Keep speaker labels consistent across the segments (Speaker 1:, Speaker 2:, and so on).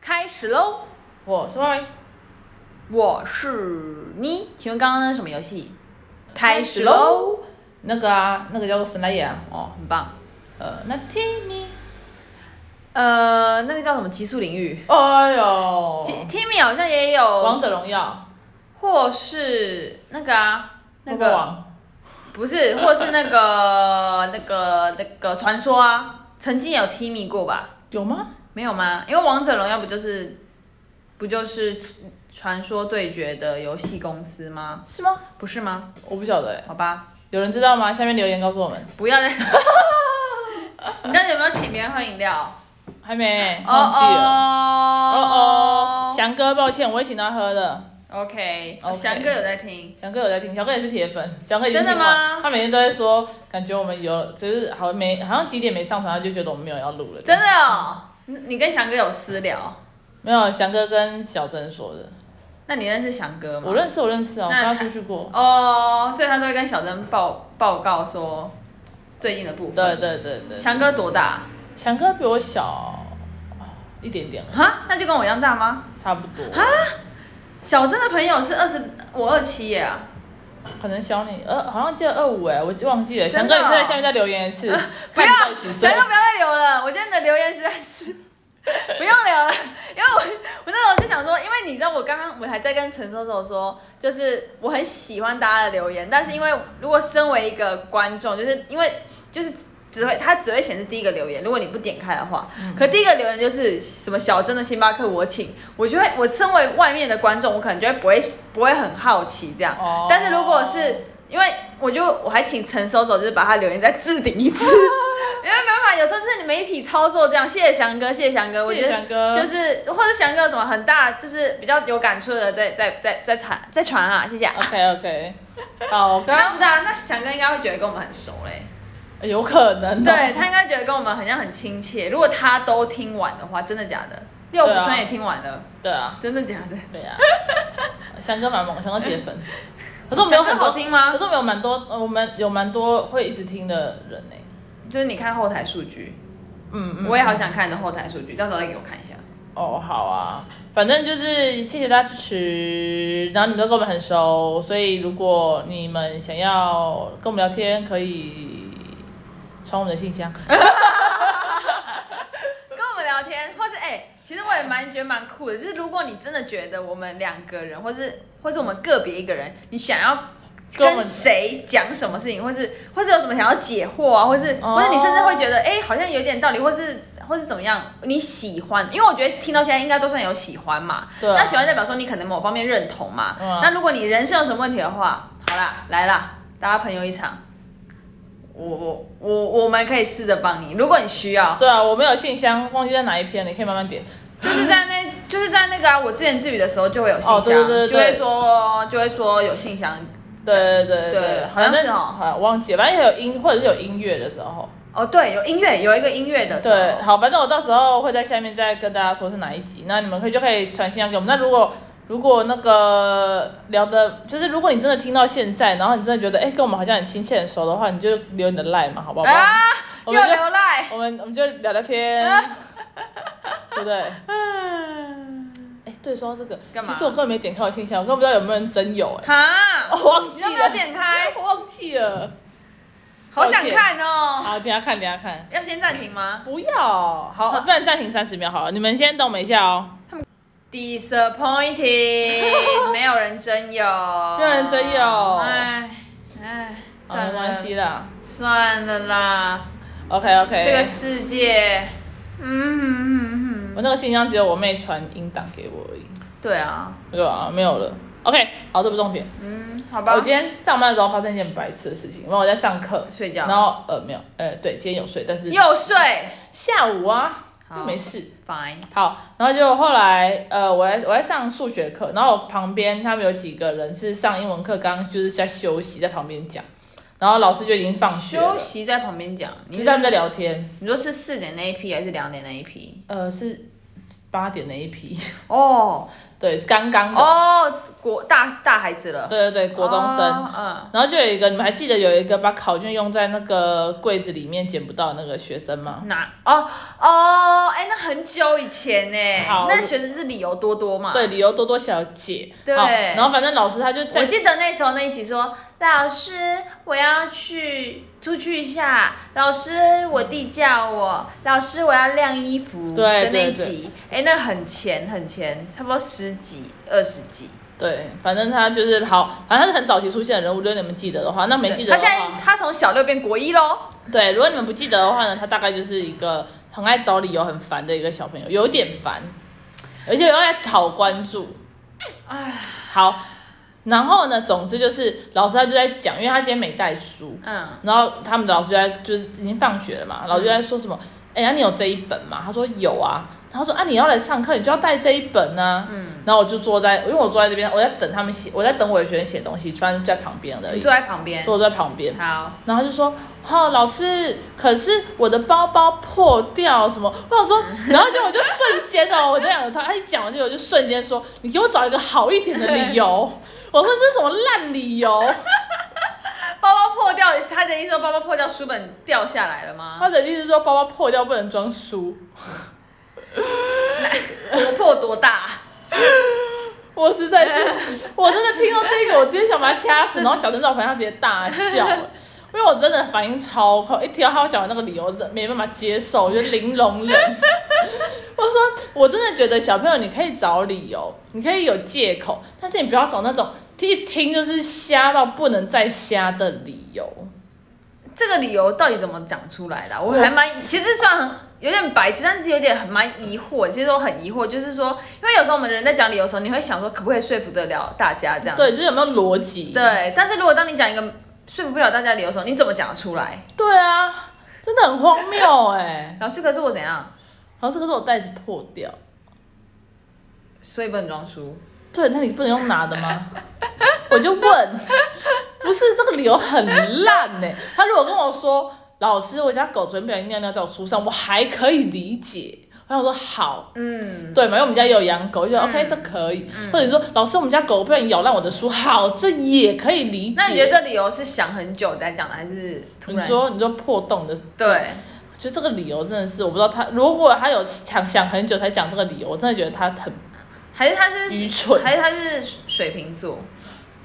Speaker 1: 开始喽！
Speaker 2: 我是 Y，
Speaker 1: 我是你，请问刚刚那是什么游戏？开始
Speaker 2: 始
Speaker 1: 喽！
Speaker 2: 喽。那个啊，那个叫做神来也啊，
Speaker 1: 哦，很棒。
Speaker 2: 呃，那 Timmy，
Speaker 1: 呃，那个叫什么极速领域、
Speaker 2: 哎呦，
Speaker 1: 极 t i m i 好像也有，
Speaker 2: 王者荣耀，
Speaker 1: 或是那个啊，那
Speaker 2: 波波
Speaker 1: 个
Speaker 2: 王
Speaker 1: 不是，或是那个 那个那个传说啊，曾经有 t i m i 过吧？
Speaker 2: 有吗？
Speaker 1: 没有吗？因为王者荣耀不就是不就是传说对决的游戏公司吗？
Speaker 2: 是吗？
Speaker 1: 不是吗？
Speaker 2: 我不晓得哎，
Speaker 1: 好吧。
Speaker 2: 有人知道吗？下面留言告诉我们。
Speaker 1: 不要再。 你到底有没有请别人喝饮料？
Speaker 2: 还没，
Speaker 1: 哦
Speaker 2: 忘记了。哦哦，
Speaker 1: 哦
Speaker 2: 翔哥，抱歉，我也请他喝的。
Speaker 1: 哦。OK，
Speaker 2: OK
Speaker 1: 翔哥有在听。
Speaker 2: 翔哥有在听，翔哥也是铁粉，翔哥已经
Speaker 1: 真的
Speaker 2: 听完，
Speaker 1: 吗
Speaker 2: 他每天都在说，感觉我们有，就是好像没，好像几点没上传，他就觉得我们没有要录了。
Speaker 1: 真的哦，你你跟翔哥有私聊？
Speaker 2: 没有，翔哥跟小珍说的，
Speaker 1: 那你认识翔哥吗？
Speaker 2: 我认识，我认识啊，我跟
Speaker 1: 嗯那
Speaker 2: 他
Speaker 1: 他
Speaker 2: 出去过。
Speaker 1: 哦，所以他都会跟小珍报报告说最近的部分。
Speaker 2: 对对对对，
Speaker 1: 翔哥多大？
Speaker 2: 翔哥比我小一点点，
Speaker 1: 哈，那就跟我一样大吗？
Speaker 2: 差不多，
Speaker 1: 小珍的朋友是二十，我二七耶、啊。
Speaker 2: 可能小你二，好像记得二五哎，我忘记了。翔
Speaker 1: 真的
Speaker 2: 哥，
Speaker 1: 哦
Speaker 2: 你可以在下面再留言一 次，
Speaker 1: 不
Speaker 2: 看
Speaker 1: 要，
Speaker 2: 你到底几岁
Speaker 1: 翔。哥不要再留了，我觉得你的留言实在是不用留了，因为我我那时候就想说，因为你知道我刚刚我还在跟陈收收说，就是我很喜欢大家的留言，但是因为如果身为一个观众，就是因为就是。只会它只会显示第一个留言，如果你不点开的话，可第一个留言就是什么小珍的星巴克我请，我就会我身为外面的观众，我可能就会不会不会很好奇这样，
Speaker 2: 哦
Speaker 1: 但是如果是因为我就我还请陈收手，就是把他留言再置顶一次，因为没办法，有时候就是你媒体操作这样。谢谢翔哥，谢谢翔哥，我
Speaker 2: 谢
Speaker 1: 觉
Speaker 2: 谢
Speaker 1: 得
Speaker 2: 翔哥，
Speaker 1: 就是或者翔哥有什么很大，就是比较有感触的，再再再再传再传啊，谢谢啊。
Speaker 2: OK OK，好，刚
Speaker 1: 那
Speaker 2: 刚
Speaker 1: 不知道，那翔哥应该会觉得跟我们很熟嘞，
Speaker 2: 有可能哦
Speaker 1: 对他应该觉得跟我们很像很亲切。如果他都听完的话，真的假的？六福村也听完了，
Speaker 2: 对啊，
Speaker 1: 真的假的？
Speaker 2: 对 啊，翔哥蛮猛，翔哥铁粉。可是我们有很
Speaker 1: 翔哥好
Speaker 2: 多
Speaker 1: 听啊吗
Speaker 2: 可是我们有蛮多，呃我们有蛮多会一直听的人呢。
Speaker 1: 就是你看后台数据，
Speaker 2: 嗯嗯。
Speaker 1: 我也好想看你的后台数据，到时候再给我看一下。
Speaker 2: 哦，好啊，反正就是谢谢大家支持，然后你们都跟我们很熟，所以如果你们想要跟我们聊天，可以传我们的 信箱。
Speaker 1: 跟我们聊天，或是哎、其实我也蛮觉得蛮酷的，就是如果你真的觉得我们两个人，或是或是我们个别一个人，你想要。
Speaker 2: 跟我
Speaker 1: 跟
Speaker 2: 们
Speaker 1: 谁讲什么事情，或是或是有什么想要解惑啊，或是、
Speaker 2: 哦
Speaker 1: 或是你甚至会觉得，哎、好像有点道理，或是或是怎么样，你喜欢，因为我觉得听到现在应该都算有喜欢嘛。
Speaker 2: 对啊
Speaker 1: 那喜欢代表说你可能某方面认同嘛。
Speaker 2: 嗯啊
Speaker 1: 那如果你人生有什么问题的话，好啦，来啦，大家朋友一场，我我我我们可以试着帮你，如果你需要。
Speaker 2: 对啊，我没有信箱，忘记在哪一篇了，你可以慢慢点。
Speaker 1: 就是在那，就是在那个啊，我自言自语的时候就会有信箱，
Speaker 2: 哦对对对对
Speaker 1: 就会说，就会说有信箱。
Speaker 2: 对对
Speaker 1: 对好
Speaker 2: 反
Speaker 1: 像是
Speaker 2: 正
Speaker 1: 哦
Speaker 2: 好忘记了，反正也有音或者是有音乐的时候。
Speaker 1: 哦，对，有音乐，有一个音乐的时候。
Speaker 2: 对，好，反正我到时候会在下面再跟大家说是哪一集，那你们可以就可以传信息给我们。那如果如果那个聊的，就是如果你真的听到现在，然后你真的觉得哎、跟我们好像很亲切很熟的话，你就留你的赖嘛，好不好？
Speaker 1: 啊，
Speaker 2: 我
Speaker 1: 又
Speaker 2: 们就
Speaker 1: 流赖。
Speaker 2: 我们我们就聊聊天， 对不对？哎、对，说到这个，
Speaker 1: 干嘛
Speaker 2: 其实我根本没点开我信箱，我根本不知道有没有人真有哎、
Speaker 1: 哈，
Speaker 2: 我忘
Speaker 1: 你
Speaker 2: 记
Speaker 1: 有没有
Speaker 2: 了，
Speaker 1: 点开？
Speaker 2: 我忘记了。
Speaker 1: 好想看哦。
Speaker 2: 好，等一下看，等一下看。
Speaker 1: 要先暂停吗
Speaker 2: 不要，好，不然暂停三十秒好了，你们先等我们一下哦。
Speaker 1: ？Disappointed，没有人真有，没
Speaker 2: 有人真有
Speaker 1: 唉唉，
Speaker 2: 好
Speaker 1: 算
Speaker 2: 没
Speaker 1: 了
Speaker 2: 关，系啦。
Speaker 1: 算了啦，
Speaker 2: OK OK，
Speaker 1: 这个世界，嗯，嗯嗯嗯
Speaker 2: 我那个信箱只有我妹传音档给我而已，
Speaker 1: 对啊，
Speaker 2: 对啊，没有了。OK，好，这不重点。
Speaker 1: 嗯，好吧
Speaker 2: 我，今天上班的时候发生一件白痴的事情，因为我在上课，
Speaker 1: 睡觉
Speaker 2: 然。后呃没有，呃对，今天有睡，但是
Speaker 1: 又睡
Speaker 2: 下午啊
Speaker 1: 好
Speaker 2: 又没事。
Speaker 1: ，fine，
Speaker 2: 好，然后就后来呃我在我在上数学课，然后我旁边他们有几个人是上英文课，刚刚就是在休息，在旁边讲，然后老师就已经放学
Speaker 1: 休
Speaker 2: 了，
Speaker 1: 息在旁边讲，
Speaker 2: 就
Speaker 1: 你
Speaker 2: 是
Speaker 1: 是
Speaker 2: 他们在聊天。
Speaker 1: 你说是四点那一批还是两点那一批？
Speaker 2: 呃，是八点那一批，
Speaker 1: 哦
Speaker 2: 对，刚刚的，
Speaker 1: 哦，国大大孩子了，
Speaker 2: 对对对，国中生。
Speaker 1: 哦嗯，
Speaker 2: 然后就有一个，你们还记得有一个把考卷用在那个柜子里面捡不到那个学生吗？
Speaker 1: 哪？哦哦，哎、那很久以前呢，
Speaker 2: 好
Speaker 1: 那学生是理由多多嘛？
Speaker 2: 对，理由多多小姐。
Speaker 1: 啊对
Speaker 2: 好然后反正老师他就
Speaker 1: 我
Speaker 2: 在
Speaker 1: 记得那时候那一集说，老师我要去出去一下，老师我弟叫我，老师我要晾衣服
Speaker 2: 对
Speaker 1: 的那一
Speaker 2: 对对
Speaker 1: 集，哎、那很前很前，差不多十集二十集。
Speaker 2: 对，反正他就是好，好像是很早期出现的人物。如果你们记得的话，那没记
Speaker 1: 他
Speaker 2: 得的话
Speaker 1: 现，在他从小六变国一喽，
Speaker 2: 对，如果你们不记得的话呢，他大概就是一个很爱找理由、很烦的一个小朋友，有点烦，而且又爱讨关注。好，然后呢，总之就是老师他就在讲，因为他今天没带书，
Speaker 1: 嗯，
Speaker 2: 然后他们的老师就在就是已经放学了嘛，老师就在说什么，哎、呀、你有这一本吗？他说有啊，然后说啊你要来上课，你就要带这一本啊。嗯，然后我就坐在，因为我坐在这边，我在等他们写，我在等我的学生写东西，突然在旁边而
Speaker 1: 嗯你
Speaker 2: 已，
Speaker 1: 坐在旁边
Speaker 2: 对，，我在旁边。
Speaker 1: 好，
Speaker 2: 然后他就说：“哈、老师，可是我的包包破掉什么？”我想说，然后就我就瞬间哦，我这样，他他一讲完就我就瞬间说：“你给我找一个好一点的理由。”我说：“这是什么烂理由
Speaker 1: 包包破掉，他的意思说包包破掉，书本掉下来了？”吗？
Speaker 2: 他的意思是说包包破掉不能装书。
Speaker 1: 国破多大？
Speaker 2: 我实在是，我真的听到这个，我直接想把他掐死，然后小郑在我旁边他直接大笑，因为我真的反应超快，一听到他讲的那个理由，我真的没办法接受，我就零容忍。 我说，我真的觉得小朋友你可以找理由，你可以有借口，但是你不要找那种一听就是瞎到不能再瞎的理由。
Speaker 1: 这个理由到底怎么讲出来的啊、我还蛮，其实算很有点白痴，但是有点很蛮疑惑。其实我很疑惑，就是说，因为有时候我们人在讲理由的时候，你会想说，可不可以说服得了大家这样？
Speaker 2: 对，就是有没有逻辑？
Speaker 1: 对但是如果当你讲一个说服不了大家的理由的时候，你怎么讲得出来？
Speaker 2: 对啊，真的很荒谬哎、
Speaker 1: 老师，可是我怎样？
Speaker 2: 然后这个是我袋子破掉，
Speaker 1: 所以不能装书。
Speaker 2: 对，那你不能用拿的吗？ 我就问，不是这个理由很烂呢、欸他如果跟我说，老师，我家狗昨天不小心尿尿在我书上，我还可以理解。然后我说好，
Speaker 1: 嗯，
Speaker 2: 对嘛，因为我们家也有养狗，就觉得 OK 这可以。或者说，老师，我们家狗不小心咬烂我的书，好，这也可以理解。
Speaker 1: 那你觉得这理由是想很久才讲的，还是突
Speaker 2: 你
Speaker 1: 然？
Speaker 2: 说你说破洞的，
Speaker 1: 对，
Speaker 2: 就这个理由真的是，我不知道他如果他有想想很久才讲这个理由，我真的觉得他很
Speaker 1: 还是他是
Speaker 2: 愚蠢
Speaker 1: 还是他是水瓶座？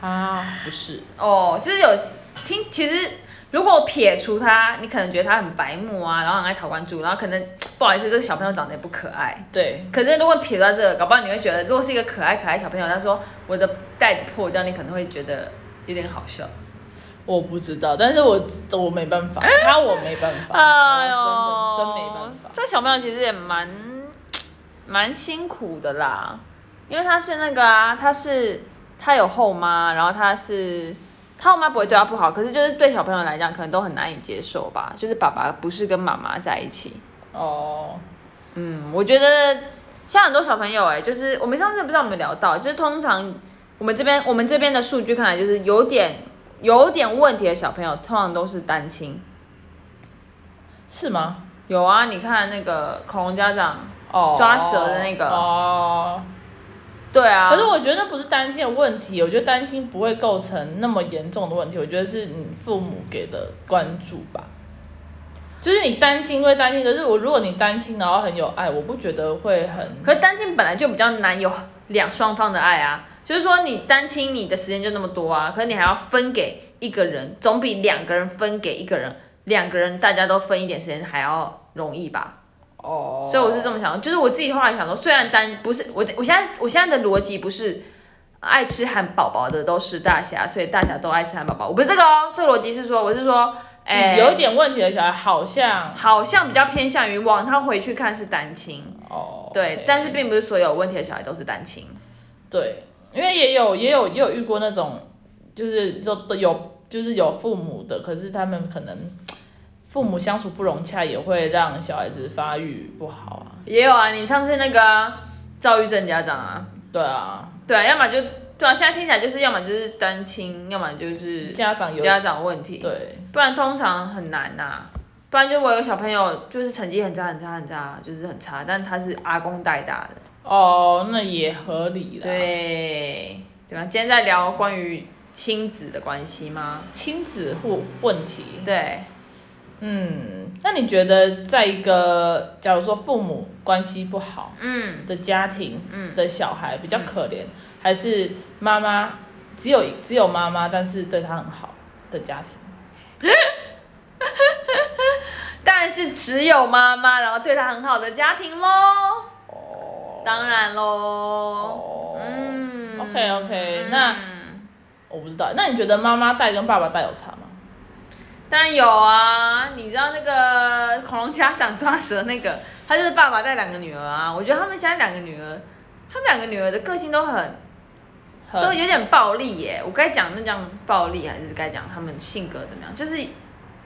Speaker 2: 啊，不是。
Speaker 1: 哦，就是有听，其实如果撇除他，你可能觉得他很白目啊，然后很爱讨关注，然后可能不好意思，这个小朋友长得也不可爱。
Speaker 2: 对，
Speaker 1: 可是如果撇除掉这个，搞不好你会觉得，如果是一个可爱可爱小朋友，他说我的袋子破掉，你可能会觉得有点好笑。
Speaker 2: 我不知道，但是我我没办 法，他我没办法，我真的真没办法。
Speaker 1: 哎这小朋友其实也蛮蛮辛苦的啦，因为他是那个啊，他是他有后妈，然后他是他后妈不会对他不好，可是就是对小朋友来讲，可能都很难以接受吧。就是爸爸不是跟妈妈在一起，
Speaker 2: 哦，
Speaker 1: 嗯，我觉得像很多小朋友哎、就是我们上次不知道有没有聊到，就是通常我们这边我们这边的数据看来，就是有点有点问题的小朋友，通常都是单亲。
Speaker 2: 是吗？
Speaker 1: 有啊，你看那个恐龙家长，
Speaker 2: 哦，
Speaker 1: 抓蛇的那个
Speaker 2: 哦。
Speaker 1: 对啊，
Speaker 2: 可是我觉得那不是担心的问题，我觉得担心不会构成那么严重的问题，我觉得是你父母给的关注吧。就是你担心会担心，可是我如果你担心然后很有爱，我不觉得会很
Speaker 1: 可是单亲本来就比较难有两双方的爱啊，就是说你单亲你的时间就那么多啊，可是你还要分给一个人，总比两个人分给一个人，两个人大家都分一点时间还要容易吧。
Speaker 2: 哦。
Speaker 1: 所以我是这么想，就是我自己后来想说，虽然单不是我的，我现在我现在的逻辑不是爱吃汉堡包的都是大侠，所以大侠都爱吃汉堡包，我不是这个哦，这个逻辑是说我是说，哎、
Speaker 2: 有一点问题的小孩好像
Speaker 1: 好像比较偏向于往他回去看是单亲，
Speaker 2: 哦，
Speaker 1: 对，但是并不是所有有问题的小孩都是单亲。
Speaker 2: 对，因为也有也有也有遇过那种，就是就有就是有父母的，可是他们可能父母相处不融洽，也会让小孩子发育不好啊。
Speaker 1: 也有啊，你上次那个啊躁郁症家长啊，
Speaker 2: 对啊，
Speaker 1: 对啊，要么就对啊，现在听起来就是要么就是单亲，要么就是
Speaker 2: 家长有
Speaker 1: 家长问题，
Speaker 2: 对
Speaker 1: 不然通常很难呐、啊不然就我有个小朋友，就是成绩很差很差很差，就是很差，但他是阿公带大的。
Speaker 2: 哦，那也合理啦。，
Speaker 1: 对，怎么样？今天在聊关于亲子的关系吗？
Speaker 2: 亲子互问题。
Speaker 1: 对，
Speaker 2: 嗯，那你觉得在一个假如说父母关系不好
Speaker 1: 嗯
Speaker 2: 的家庭
Speaker 1: 嗯
Speaker 2: 的小孩比较可怜，还是妈妈只有只有妈妈，但是对他很好的家庭？
Speaker 1: 但是只有妈妈，然后对他很好的家庭喽。当然喽。
Speaker 2: 哦
Speaker 1: 嗯
Speaker 2: OK OK，、
Speaker 1: 嗯
Speaker 2: 那我不知道，那你觉得妈妈带跟爸爸带有差吗？
Speaker 1: 当然有啊，你知道那个恐龙家长抓蛇那个，他就是爸爸带两个女儿啊。我觉得他们现在两个女儿，他们两个女儿的个性都很
Speaker 2: 很
Speaker 1: 都有点暴力耶。我该讲那讲暴力，还是该讲他们性格怎么样？就是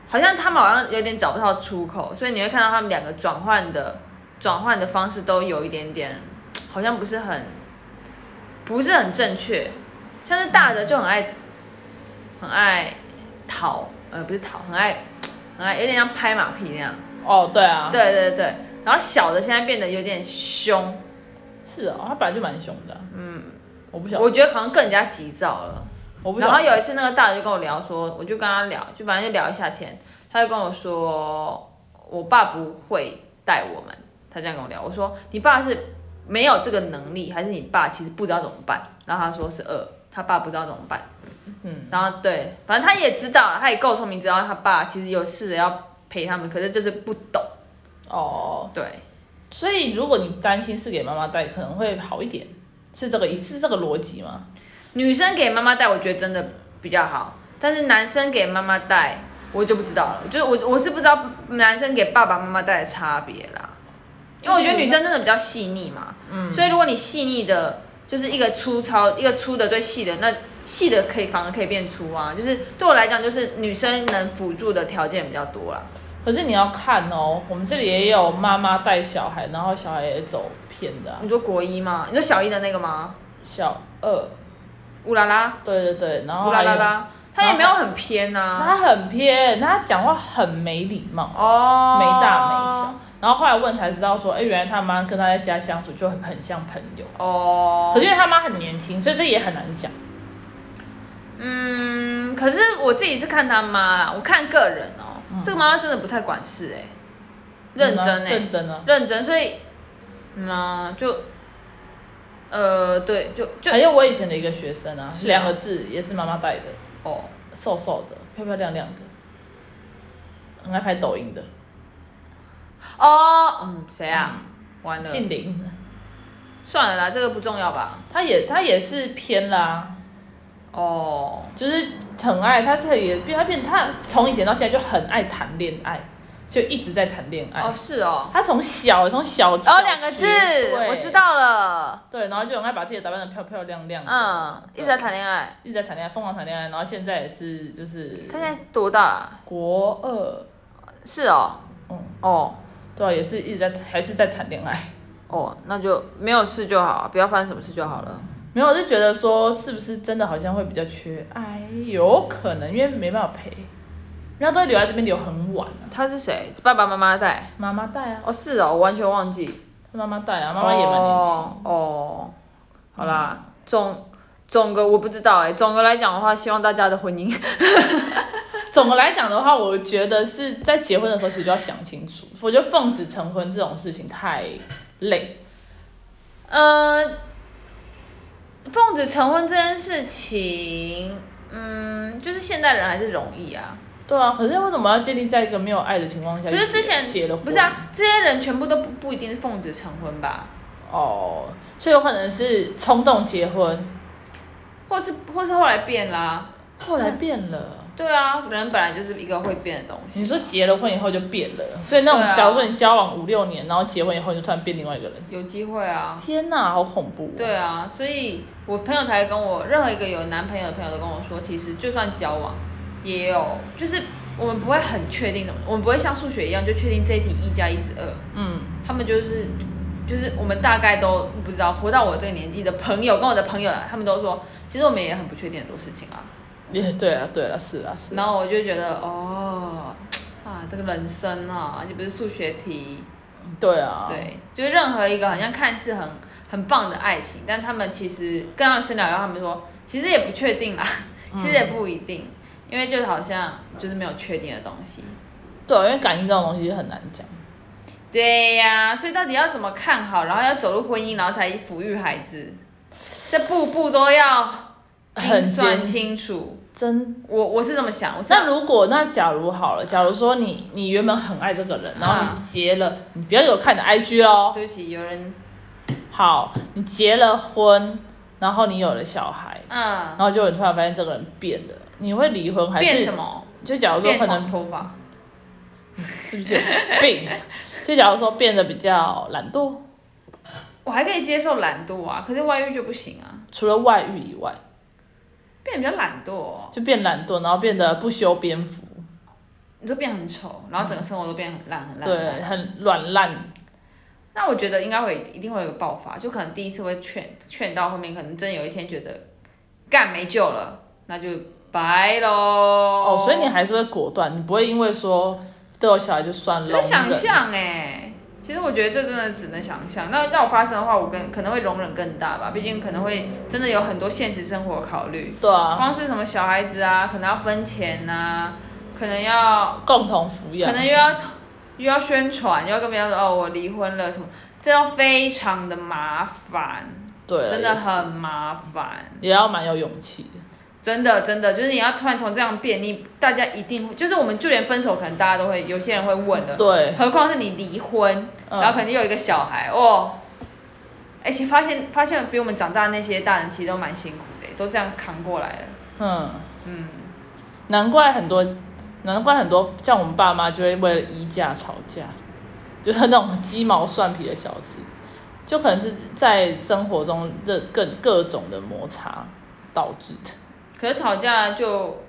Speaker 1: 好像他们好像有点找不到出口，所以你会看到他们两个转换的转换的方式都有一点点，好像不是很不是很正确。像是大的就很爱很爱讨，呃，不是讨，很爱很爱，有点像拍马屁那样。
Speaker 2: 哦，对啊，
Speaker 1: 对对对，然后小的现在变得有点凶，
Speaker 2: 是哦，他本来就蛮凶的。嗯，我不晓
Speaker 1: 我觉得好像更加急躁了。
Speaker 2: 我不晓
Speaker 1: 然后有一次，那个大人就跟我聊说，我就跟他聊，就反正就聊一下天，他就跟我说，我爸不会带我们，他这样跟我聊。我说你爸是没有这个能力，还是你爸其实不知道怎么办？然后他说是二，他爸不知道怎么办。
Speaker 2: 嗯，
Speaker 1: 然后对，反正他也知道了，他也够聪明，知道他爸其实有试着要陪他们，可是就是不懂。
Speaker 2: 哦，
Speaker 1: 对，
Speaker 2: 所以如果你担心是给妈妈带，可能会好一点，是这个意是这个逻辑吗？
Speaker 1: 女生给妈妈带，我觉得真的比较好，但是男生给妈妈带，我就不知道了，就是我我是不知道男生给爸爸妈妈带的差别啦，因为我觉得女生真的比较细腻嘛，嗯，所以如果你细腻的，就是一个粗糙，一个粗的对细的，那细的可以反而可以变粗啊，就是对我来讲，就是女生能辅助的条件比较多啦，
Speaker 2: 可是你要看哦，我们这里也有妈妈带小孩，然后小孩也走偏的啊、
Speaker 1: 你说国一吗？你说小一的那个吗？
Speaker 2: 小二，
Speaker 1: 乌拉拉，
Speaker 2: 对对对，然后
Speaker 1: 乌
Speaker 2: 哦还
Speaker 1: 拉
Speaker 2: 有
Speaker 1: 拉拉，他也没有很偏啊呐、
Speaker 2: 他很偏，他讲话很没礼貌，
Speaker 1: 哦，
Speaker 2: 没大没小。然后后来问才知道说，哎，原来他妈跟他在家相处就很很像朋友。
Speaker 1: 哦，
Speaker 2: 可是因为他妈很年轻，所以这也很难讲。
Speaker 1: 嗯，可是我自己是看他妈啦，我看个人哦、
Speaker 2: 嗯
Speaker 1: 这个妈妈真的不太管事哎、认真哎、
Speaker 2: 认真啊。
Speaker 1: 认真，所以嗯啊，就呃，对，就就
Speaker 2: 还有我以前的一个学生啊，
Speaker 1: 是啊
Speaker 2: 两个字也是妈妈带的，
Speaker 1: 哦，
Speaker 2: 瘦瘦的，漂漂亮亮的，很爱拍抖音的，
Speaker 1: 哦，嗯，谁啊？完了，
Speaker 2: 姓林，
Speaker 1: 算了啦，这个不重要吧？
Speaker 2: 她也她也是偏啦，
Speaker 1: 哦，
Speaker 2: 就是很爱，她是也变她变她从以前到现在就很爱谈恋爱，就一直在谈恋爱。
Speaker 1: 哦，是哦，
Speaker 2: 她从小从小
Speaker 1: 哦，
Speaker 2: 小
Speaker 1: 两个字
Speaker 2: 学，对
Speaker 1: 我知道了，
Speaker 2: 对，然后就很爱把自己打扮的漂漂亮亮的，
Speaker 1: 嗯，一直在谈恋爱，
Speaker 2: 一直在谈恋爱，疯狂谈恋爱，然后现在也是就是
Speaker 1: 他现在多大啦？
Speaker 2: 国二，
Speaker 1: 是哦，
Speaker 2: 嗯，
Speaker 1: 哦。
Speaker 2: 对啊，也是一直在还是在谈恋爱。
Speaker 1: 哦，那就没有事就好，不要发生什么事就好了。
Speaker 2: 没有，我就觉得说是不是真的好像会比较缺爱，有可能，因为没办法陪，人家都会留在这边留很晚啊。
Speaker 1: 他是谁？爸爸妈妈带？
Speaker 2: 妈妈带啊，
Speaker 1: 哦，是哦，我完全忘记。
Speaker 2: 妈妈带啊，妈妈也蛮年轻。
Speaker 1: 哦。哦，好啦，总总个我不知道哎、总的来讲的话，希望大家的婚姻
Speaker 2: 总的来讲的话，我觉得是在结婚的时候其实就要想清楚。我觉得奉子成婚这种事情太累，
Speaker 1: 嗯，奉子成婚这件事情，嗯，就是现代人还是容易啊。
Speaker 2: 对啊。可是为什么要建立在一个没有爱的情况下？
Speaker 1: 可是之前
Speaker 2: 结了婚，
Speaker 1: 不是啊，这些人全部都不不一定是奉子成婚吧，
Speaker 2: 哦，所以有可能是冲动结婚，
Speaker 1: 或是或是后来变啦、
Speaker 2: 后来变了。
Speaker 1: 对啊，人本来就是一个会变的东西。
Speaker 2: 你说结了婚以后就变了，所以那种、
Speaker 1: 对啊
Speaker 2: 假如说你交往五六年，然后结婚以后你就突然变另外一个人，
Speaker 1: 有机会啊。
Speaker 2: 天哪，好恐怖、哦
Speaker 1: 对，啊，所以我朋友才跟我，任何一个有男朋友的朋友都跟我说，其实就算交往，也有就是我们不会很确定什么，我们不会像数学一样就确定这一题一加一是二，
Speaker 2: 嗯，
Speaker 1: 他们就是就是我们大概都不知道，活到我这个年纪的朋友跟我的朋友，他们都说，其实我们也很不确定很多事情啊。
Speaker 2: 也对啊，对了，是啦，是啦。
Speaker 1: 然后我就觉得哦，啊，啊，这个人生啊，而且不是数学题，
Speaker 2: 对啊，
Speaker 1: 对，就是任何一个好像看似很很棒的爱情，但他们其实跟他们深聊以后，他们说其实也不确定啦，啊
Speaker 2: 嗯
Speaker 1: 其实也不一定，因为就好像就是没有确定的东西。
Speaker 2: 对，啊因为感情这种东西很难讲。
Speaker 1: 对呀、所以到底要怎么看好，然后要走入婚姻，然后才抚育孩子，这步步都要精
Speaker 2: 很
Speaker 1: 算
Speaker 2: 艰辛
Speaker 1: 清楚。
Speaker 2: 真，
Speaker 1: 我我是这么想，我是
Speaker 2: 那如果那假如好了，假如说你你原本很爱这个人，然后你结了，你不要给我看你的 IG 哦。
Speaker 1: 对不起，有人
Speaker 2: 好，你结了婚，然后你有了小孩，
Speaker 1: 嗯
Speaker 2: 然后就你突然发现这个人变了，你会离婚还
Speaker 1: 变
Speaker 2: 是
Speaker 1: 什？么？
Speaker 2: 就假如说
Speaker 1: 变
Speaker 2: 可
Speaker 1: 长
Speaker 2: 能
Speaker 1: 头发，
Speaker 2: 是不是有病？就假如说变得比较懒惰，
Speaker 1: 我还可以接受懒惰啊，可是外遇就不行啊，
Speaker 2: 除了外遇以外，
Speaker 1: 变得比较懒惰、哦，
Speaker 2: 就变懒惰，然后变得不修边幅，
Speaker 1: 你就变很丑，然后整个生活都变得很烂很烂。很
Speaker 2: 嗯对，
Speaker 1: 烂。
Speaker 2: 很软烂。
Speaker 1: 那我觉得应该会一定会有一个爆发，就可能第一次会劝劝到后面，可能真的有一天觉得干没救了，那就拜喽。
Speaker 2: 哦
Speaker 1: 哦，
Speaker 2: 所以你还是会果断，你不会因为说都有小孩就算了，
Speaker 1: 就是
Speaker 2: 容
Speaker 1: 想
Speaker 2: 忍
Speaker 1: 象哎、其实我觉得这真的只能想象。那要我发生的话，我跟可能会容忍更大吧，毕竟可能会真的有很多现实生活考虑，
Speaker 2: 对啊，
Speaker 1: 光是什么小孩子啊，可能要分钱呐、啊可能要
Speaker 2: 共同抚养，
Speaker 1: 可能又要又要宣传，又要跟别人说哦我离婚了什么，这要非常的麻烦，
Speaker 2: 对啊，
Speaker 1: 真的
Speaker 2: 也是
Speaker 1: 很麻烦。
Speaker 2: 也要蛮有勇气的。
Speaker 1: 真的，真的，就是你要突然从这样变，你大家一定会，就是我们就连分手，可能大家都会，有些人会问的，
Speaker 2: 对，
Speaker 1: 何况是你离婚，
Speaker 2: 嗯
Speaker 1: 然后可能又有一个小孩哦，而且发现发现比我们长大的那些大人其实都蛮辛苦的，都这样扛过来了。
Speaker 2: 嗯，
Speaker 1: 嗯，
Speaker 2: 难怪很多，难怪很多像我们爸妈就会为了衣架吵架，就是那种鸡毛蒜皮的小事，就可能是在生活中的各各种的摩擦导致的。
Speaker 1: 可是吵架就，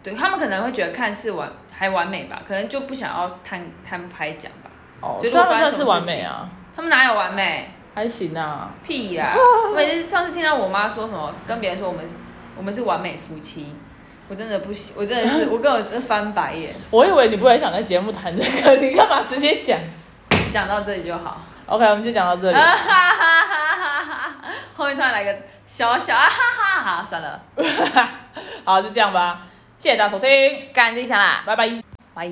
Speaker 1: 对他们可能会觉得看似完还完美吧，可能就不想要摊摊牌讲吧。
Speaker 2: 哦，
Speaker 1: 就
Speaker 2: 这
Speaker 1: 如果
Speaker 2: 样
Speaker 1: 发生
Speaker 2: 算
Speaker 1: 什么
Speaker 2: 是完
Speaker 1: 事情
Speaker 2: 美啊，
Speaker 1: 他们哪有完美？
Speaker 2: 还行啊。
Speaker 1: 屁啦！我每次上次听到我妈说什么，跟别人说我们我们是完美夫妻，我真的不行，我真的是我跟我真的翻白眼。
Speaker 2: 我以为你不会想在节目谈这个， 你干嘛直接讲
Speaker 1: 讲到这里就好。
Speaker 2: ？OK，我们就讲到这里。
Speaker 1: 啊哈哈哈哈哈哈！ 后面突然来个小小啊哈哈哈哈，算了，
Speaker 2: 好，就这样吧，谢谢大家收听，
Speaker 1: 干净下啦，
Speaker 2: 拜拜。
Speaker 1: 拜。